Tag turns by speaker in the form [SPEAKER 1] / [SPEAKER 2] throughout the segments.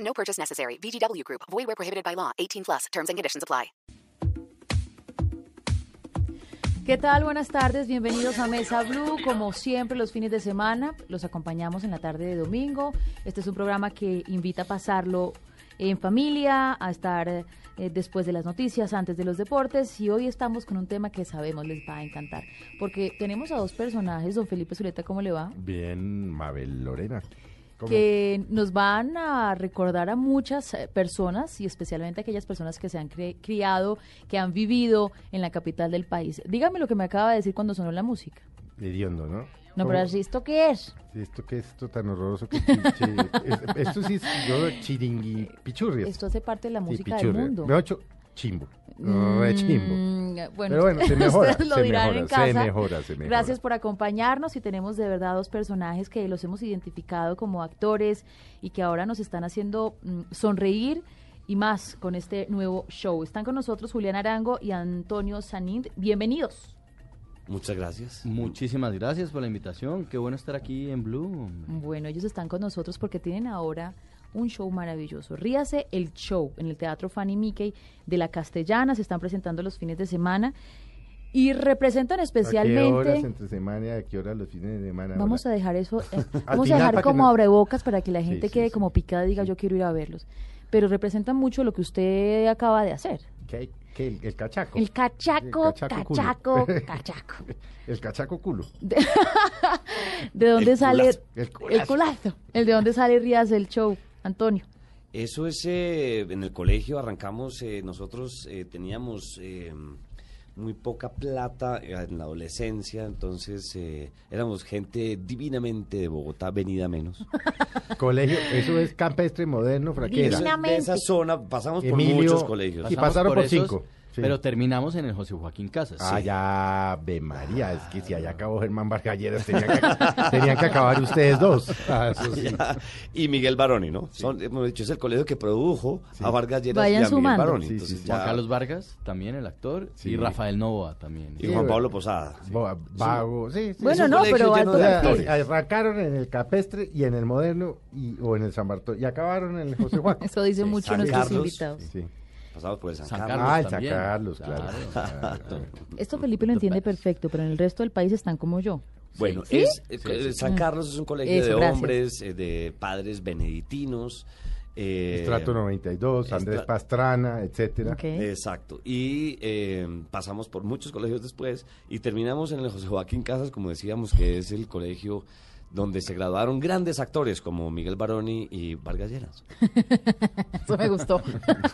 [SPEAKER 1] No purchase necessary. VGW Group. Void where prohibited by law. 18 plus. Terms and conditions apply.
[SPEAKER 2] ¿Qué tal? Buenas tardes, bienvenidos a Mesa Blue. Como siempre, los fines de semana los acompañamos en la tarde de domingo. Este es un programa que invita a pasarlo en familia, a estar eh, después de las noticias, antes de los deportes. Y hoy estamos con un tema que sabemos les va a encantar. Porque tenemos a dos personajes, don Felipe Zuleta, ¿cómo le va?
[SPEAKER 3] Bien, Mabel Lorena. ¿Cómo?
[SPEAKER 2] que nos van a recordar a muchas eh, personas y especialmente a aquellas personas que se han cre- criado, que han vivido en la capital del país. Dígame lo que me acaba de decir cuando sonó la música.
[SPEAKER 3] Hediondo, ¿no?
[SPEAKER 2] No,
[SPEAKER 3] ¿Cómo?
[SPEAKER 2] pero ¿esto qué es?
[SPEAKER 3] Esto que es esto tan horroroso que chiche- es- esto sí es yo, chiringui, pichurrias.
[SPEAKER 2] Eh, Esto hace parte de la
[SPEAKER 3] Sí,
[SPEAKER 2] música del
[SPEAKER 3] pichurrias.
[SPEAKER 2] mundo.
[SPEAKER 3] Me ha hecho chimbo, re chimbo.
[SPEAKER 2] Mm,
[SPEAKER 3] Pero bueno, se mejora,
[SPEAKER 2] ustedes lo
[SPEAKER 3] se
[SPEAKER 2] dirán
[SPEAKER 3] mejora,
[SPEAKER 2] en
[SPEAKER 3] se
[SPEAKER 2] casa.
[SPEAKER 3] mejora, se mejora.
[SPEAKER 2] Gracias por acompañarnos y tenemos de verdad dos personajes que los hemos identificado como actores y que ahora nos están haciendo mm, sonreír y más con este nuevo show. Están con nosotros Julián Arango y Antonio Sanind. Bienvenidos.
[SPEAKER 4] Muchas gracias.
[SPEAKER 5] Muchísimas gracias por la invitación. Qué bueno estar aquí en Blue. hombre.
[SPEAKER 2] Bueno, ellos están con nosotros porque tienen ahora un show maravilloso. Ríase el show en el Teatro Fanny Mickey de la Castellana. Se están presentando los fines de semana y representan
[SPEAKER 3] ¿A
[SPEAKER 2] especialmente...
[SPEAKER 3] qué horas entre semana y a qué horas los fines de semana?
[SPEAKER 2] Vamos a
[SPEAKER 3] Hola.
[SPEAKER 2] dejar eso, eh, vamos a
[SPEAKER 3] Atinar
[SPEAKER 2] dejar
[SPEAKER 3] para que
[SPEAKER 2] como
[SPEAKER 3] no-
[SPEAKER 2] abrebocas para que la
[SPEAKER 3] Sí,
[SPEAKER 2] gente
[SPEAKER 3] sí,
[SPEAKER 2] quede
[SPEAKER 3] sí.
[SPEAKER 2] como picada y diga yo quiero ir a verlos. Pero representa mucho lo que usted acaba de hacer.
[SPEAKER 3] ¿Qué, qué, el, el cachaco.
[SPEAKER 2] El cachaco,
[SPEAKER 3] El
[SPEAKER 2] cachaco,
[SPEAKER 3] culo.
[SPEAKER 2] cachaco.
[SPEAKER 3] el cachaco culo.
[SPEAKER 2] ¿De dónde
[SPEAKER 4] El
[SPEAKER 2] sale
[SPEAKER 4] culazo,
[SPEAKER 3] el
[SPEAKER 2] el
[SPEAKER 3] culazo.
[SPEAKER 2] culazo? El de dónde sale Rías el show, Antonio.
[SPEAKER 4] Eso es, eh, en el colegio arrancamos, eh, nosotros eh, teníamos eh, muy poca plata eh, en la adolescencia, entonces eh, éramos gente divinamente de Bogotá, venida menos.
[SPEAKER 3] Colegio, eso es campestre moderno,
[SPEAKER 4] Eso es
[SPEAKER 3] fraquera.
[SPEAKER 4] de esa zona pasamos
[SPEAKER 3] Emilio-
[SPEAKER 4] por muchos colegios.
[SPEAKER 3] Y
[SPEAKER 5] Pasamos
[SPEAKER 3] pasaron por
[SPEAKER 5] esos,
[SPEAKER 3] cinco, sí.
[SPEAKER 5] Pero terminamos en el José Joaquín Casas.
[SPEAKER 3] Ah,
[SPEAKER 5] Sí.
[SPEAKER 3] ya, Ave María, es que si allá acabó Germán Vargalleras, tenían que, tenían que acabar ustedes dos. Ah, eso sí.
[SPEAKER 4] y Miguel Baroni, ¿no? Son, hemos dicho, es el colegio que produjo a Vargas Lleras y
[SPEAKER 2] Vayan
[SPEAKER 4] a Miguel
[SPEAKER 2] sumando.
[SPEAKER 4] Baroni.
[SPEAKER 3] Sí, sí,
[SPEAKER 4] entonces
[SPEAKER 3] sí.
[SPEAKER 5] Juan
[SPEAKER 4] ya-
[SPEAKER 5] Carlos Vargas, también el actor.
[SPEAKER 3] Sí.
[SPEAKER 5] Y Rafael Novoa también.
[SPEAKER 4] y Juan Pablo Posada.
[SPEAKER 3] Bo- Vago, sí, sí.
[SPEAKER 2] Bueno,
[SPEAKER 4] un
[SPEAKER 2] no,
[SPEAKER 4] colegio
[SPEAKER 2] pero
[SPEAKER 4] lleno
[SPEAKER 3] O
[SPEAKER 2] alto
[SPEAKER 3] sea,
[SPEAKER 2] perfil.
[SPEAKER 3] ar- arrancaron en el Capestre y en el Moderno y, o en el San Bartolo y acabaron en el José Juan.
[SPEAKER 2] Eso dice mucho
[SPEAKER 4] San
[SPEAKER 2] nuestros
[SPEAKER 4] Carlos.
[SPEAKER 2] invitados.
[SPEAKER 3] Sí.
[SPEAKER 4] Pasamos por el San,
[SPEAKER 5] San
[SPEAKER 4] Carlos.
[SPEAKER 5] Carlos
[SPEAKER 3] Ah, el San
[SPEAKER 5] también.
[SPEAKER 3] Carlos, claro. Ah,
[SPEAKER 5] Claro.
[SPEAKER 3] claro.
[SPEAKER 2] Esto Felipe lo entiende perfecto, pero en el resto del país están como yo.
[SPEAKER 4] Bueno,
[SPEAKER 2] ¿Sí?
[SPEAKER 4] es, eh, co- eh, San Carlos es un colegio
[SPEAKER 2] Eso,
[SPEAKER 4] de
[SPEAKER 2] gracias.
[SPEAKER 4] hombres, eh, de padres benedictinos. eh,
[SPEAKER 3] Estrato 92, Andrés
[SPEAKER 4] Estra-
[SPEAKER 3] Pastrana, etcétera.
[SPEAKER 2] Ok.
[SPEAKER 4] Exacto. Y eh, pasamos por muchos colegios después y terminamos en el José Joaquín Casas, como decíamos, que es el colegio donde se graduaron grandes actores como Miguel Baroni y Vargas Lleras.
[SPEAKER 2] Eso me gustó.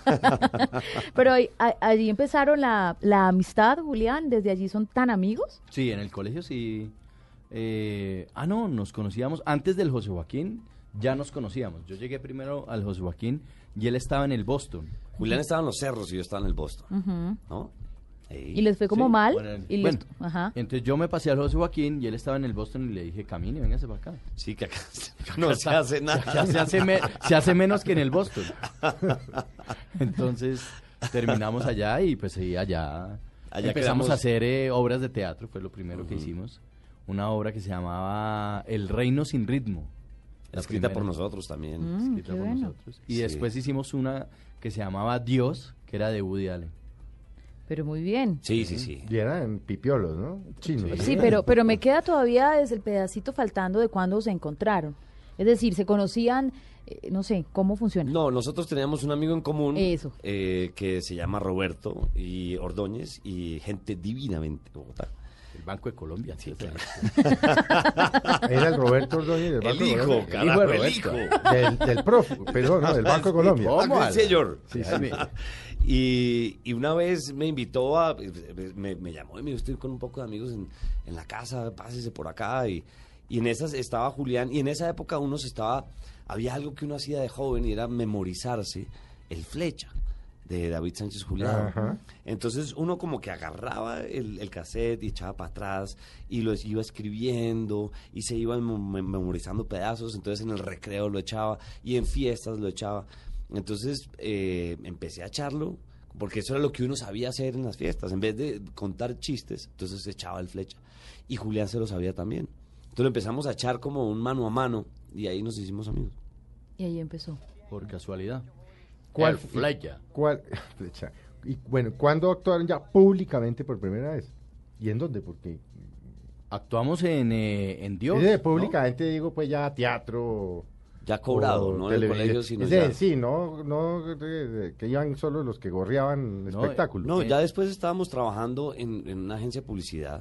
[SPEAKER 2] Pero ahí- a- allí empezaron la, la amistad, Julián. Desde allí son tan amigos.
[SPEAKER 5] Sí, en el colegio sí. Eh, ah, no, nos conocíamos. Antes del José Joaquín ya nos conocíamos. Yo llegué primero al José Joaquín y él estaba en el Boston.
[SPEAKER 4] Julián estaba en los cerros y yo estaba en el Boston, ¿no? Ey.
[SPEAKER 2] Y les fue como
[SPEAKER 5] Sí,
[SPEAKER 2] mal.
[SPEAKER 5] bueno, el-
[SPEAKER 2] y les-
[SPEAKER 5] bueno,
[SPEAKER 2] ajá.
[SPEAKER 5] Entonces yo me pasé al José Joaquín y él estaba en el Boston y le dije, camine, véngase para acá.
[SPEAKER 4] Sí, que acá no se hace
[SPEAKER 5] Ya
[SPEAKER 4] nada.
[SPEAKER 5] se hace, me- se hace menos que en el Boston. Entonces terminamos allá y pues sí, allá,
[SPEAKER 4] Allá
[SPEAKER 5] empezamos
[SPEAKER 4] quedamos.
[SPEAKER 5] a hacer eh, obras de teatro, fue lo primero que hicimos. Una obra que se llamaba El Reino sin Ritmo. La
[SPEAKER 4] Escrita por
[SPEAKER 5] primera,
[SPEAKER 4] nosotros también.
[SPEAKER 2] Mm,
[SPEAKER 5] escrita
[SPEAKER 2] qué
[SPEAKER 5] por
[SPEAKER 2] bueno.
[SPEAKER 5] nosotros. Y
[SPEAKER 4] Sí.
[SPEAKER 5] después hicimos una que se llamaba Dios, que era de Woody Allen.
[SPEAKER 2] Pero muy bien.
[SPEAKER 4] Sí, sí, sí.
[SPEAKER 3] Y eran pipiolos, ¿no? Chinos.
[SPEAKER 2] Sí, pero, pero me queda todavía desde el pedacito faltando de cuando se encontraron. Es decir, se conocían, eh, no sé, cómo funciona.
[SPEAKER 4] No, nosotros teníamos un amigo en común
[SPEAKER 2] Eso.
[SPEAKER 4] eh, que se llama Roberto y Ordóñez y gente divinamente de Bogotá.
[SPEAKER 5] El Banco de Colombia. Sí, claro.
[SPEAKER 3] Era el Roberto Ordóñez del Banco
[SPEAKER 4] El hijo,
[SPEAKER 3] Colombia.
[SPEAKER 4] carajo, el
[SPEAKER 3] Roberto.
[SPEAKER 4] hijo.
[SPEAKER 3] Del, del prof, perdón, no, del Banco Colombia.
[SPEAKER 5] ¿Cómo?
[SPEAKER 4] Ah, sí, señor.
[SPEAKER 5] Sí, sí.
[SPEAKER 4] Y, y una vez me invitó a. Me, me llamó y me dijo: Estoy con un poco de amigos en, en la casa, pásese por acá. Y, y en esas estaba Julián. Y en esa época uno se estaba había algo que uno hacía de joven y era memorizarse el flecha de David Sánchez Julián.
[SPEAKER 3] Ajá.
[SPEAKER 4] Entonces uno como que agarraba el, el cassette y echaba para atrás y lo iba escribiendo y se iban mem- memorizando pedazos, entonces en el recreo lo echaba y en fiestas lo echaba. Entonces eh, empecé a echarlo porque eso era lo que uno sabía hacer en las fiestas, en vez de contar chistes, entonces echaba el flecha. Y Julián se lo sabía también. Entonces lo empezamos a echar como un mano a mano y ahí nos hicimos amigos.
[SPEAKER 2] Y ahí empezó.
[SPEAKER 5] Por casualidad.
[SPEAKER 3] ¿Cuál-
[SPEAKER 5] El Flecha.
[SPEAKER 3] ¿Cuál? Flecha. Y bueno, ¿cuándo actuaron ya públicamente por primera vez? ¿Y en dónde? Porque
[SPEAKER 5] Actuamos en, eh, en Dios.
[SPEAKER 3] es de
[SPEAKER 5] ¿no?
[SPEAKER 3] públicamente digo pues ya teatro.
[SPEAKER 4] Ya cobrado,
[SPEAKER 3] o
[SPEAKER 4] no en el
[SPEAKER 3] televisión.
[SPEAKER 4] colegio, sino
[SPEAKER 3] Oh, Es de-
[SPEAKER 4] ya-
[SPEAKER 3] sí, no, no de- de- que iban solo los que gorreaban
[SPEAKER 5] No,
[SPEAKER 3] espectáculos.
[SPEAKER 4] No,
[SPEAKER 5] Eh.
[SPEAKER 4] ya después estábamos trabajando en, en una agencia de publicidad.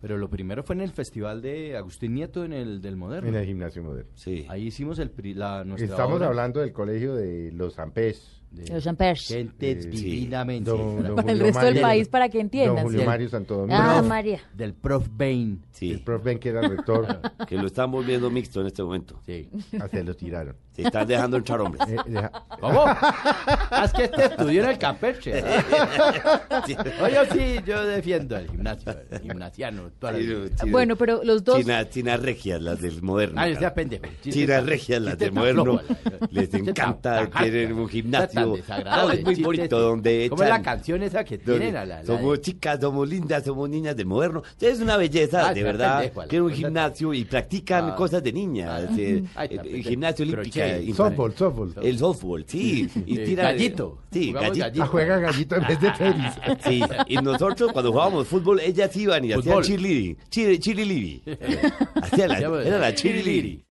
[SPEAKER 5] Pero lo primero fue en el festival de Agustín Nieto en el del Moderno.
[SPEAKER 3] En el gimnasio moderno.
[SPEAKER 4] Sí.
[SPEAKER 5] Ahí hicimos el pri- la, nuestra
[SPEAKER 3] Estamos
[SPEAKER 5] obra
[SPEAKER 3] hablando del colegio de los Ampés.
[SPEAKER 5] de
[SPEAKER 2] Los Ampers.
[SPEAKER 5] Gente
[SPEAKER 3] Sí.
[SPEAKER 5] divinamente.
[SPEAKER 3] Don- don
[SPEAKER 2] Para el
[SPEAKER 3] Julio
[SPEAKER 2] resto del
[SPEAKER 3] Mario-
[SPEAKER 2] país, para que entiendan,
[SPEAKER 3] Don Julio
[SPEAKER 2] ¿cierto?
[SPEAKER 3] Mario Santo Domingo.
[SPEAKER 2] Ah,
[SPEAKER 5] Prof.
[SPEAKER 2] María.
[SPEAKER 5] Del prof Bain.
[SPEAKER 4] Sí,
[SPEAKER 3] El prof Ben, que era el rector,
[SPEAKER 4] que lo están volviendo mixto en este momento.
[SPEAKER 5] Sí.
[SPEAKER 3] hasta lo tiraron.
[SPEAKER 4] Se están dejando entrar hombres.
[SPEAKER 3] Eh, deja-
[SPEAKER 5] ¿Cómo? es que este estudió en el Campeche.
[SPEAKER 4] Sí.
[SPEAKER 5] Oye, sí, yo defiendo el gimnasio, el gimnasiano. toda la
[SPEAKER 4] Sí,
[SPEAKER 5] vida.
[SPEAKER 4] sí.
[SPEAKER 2] Bueno, pero los dos-
[SPEAKER 4] China, China regias, las del moderno.
[SPEAKER 5] Ay, sea
[SPEAKER 4] cara.
[SPEAKER 5] pendejo.
[SPEAKER 4] China regias, las del moderno. Les encanta, tienen un gimnasio. No, es muy bonito, donde
[SPEAKER 5] Como la
[SPEAKER 4] echan-
[SPEAKER 5] canción esa que
[SPEAKER 4] donde
[SPEAKER 5] tienen a la... la
[SPEAKER 4] somos
[SPEAKER 5] de-
[SPEAKER 4] chicas, somos lindas, somos niñas de moderno. Es una belleza,
[SPEAKER 5] Ay, Ah,
[SPEAKER 4] de
[SPEAKER 5] está
[SPEAKER 4] verdad.
[SPEAKER 5] pendejo, Alan, pues,
[SPEAKER 4] Tienen un
[SPEAKER 5] está
[SPEAKER 4] gimnasio y practican
[SPEAKER 5] Ah.
[SPEAKER 4] cosas de niña.
[SPEAKER 5] Ah.
[SPEAKER 4] este,
[SPEAKER 5] Ay,
[SPEAKER 4] el,
[SPEAKER 5] está
[SPEAKER 4] el
[SPEAKER 5] pendejo.
[SPEAKER 4] gimnasio
[SPEAKER 5] Pero
[SPEAKER 4] olímpica.
[SPEAKER 5] che,
[SPEAKER 4] infantil.
[SPEAKER 3] softball, softball.
[SPEAKER 4] El softball, sí. Y
[SPEAKER 5] Eh,
[SPEAKER 4] tira-
[SPEAKER 5] gallito.
[SPEAKER 4] Sí,
[SPEAKER 5] Jugamos
[SPEAKER 4] gallito.
[SPEAKER 5] gallito.
[SPEAKER 3] Ah, juega gallito en vez de tenis.
[SPEAKER 4] Sí, y nosotros cuando jugábamos fútbol, ellas iban y hacían
[SPEAKER 5] Fútbol.
[SPEAKER 4] cheerleading. Cheer, cheerleading. Hacían la-
[SPEAKER 5] Hacíamos-
[SPEAKER 4] era la cheerleading.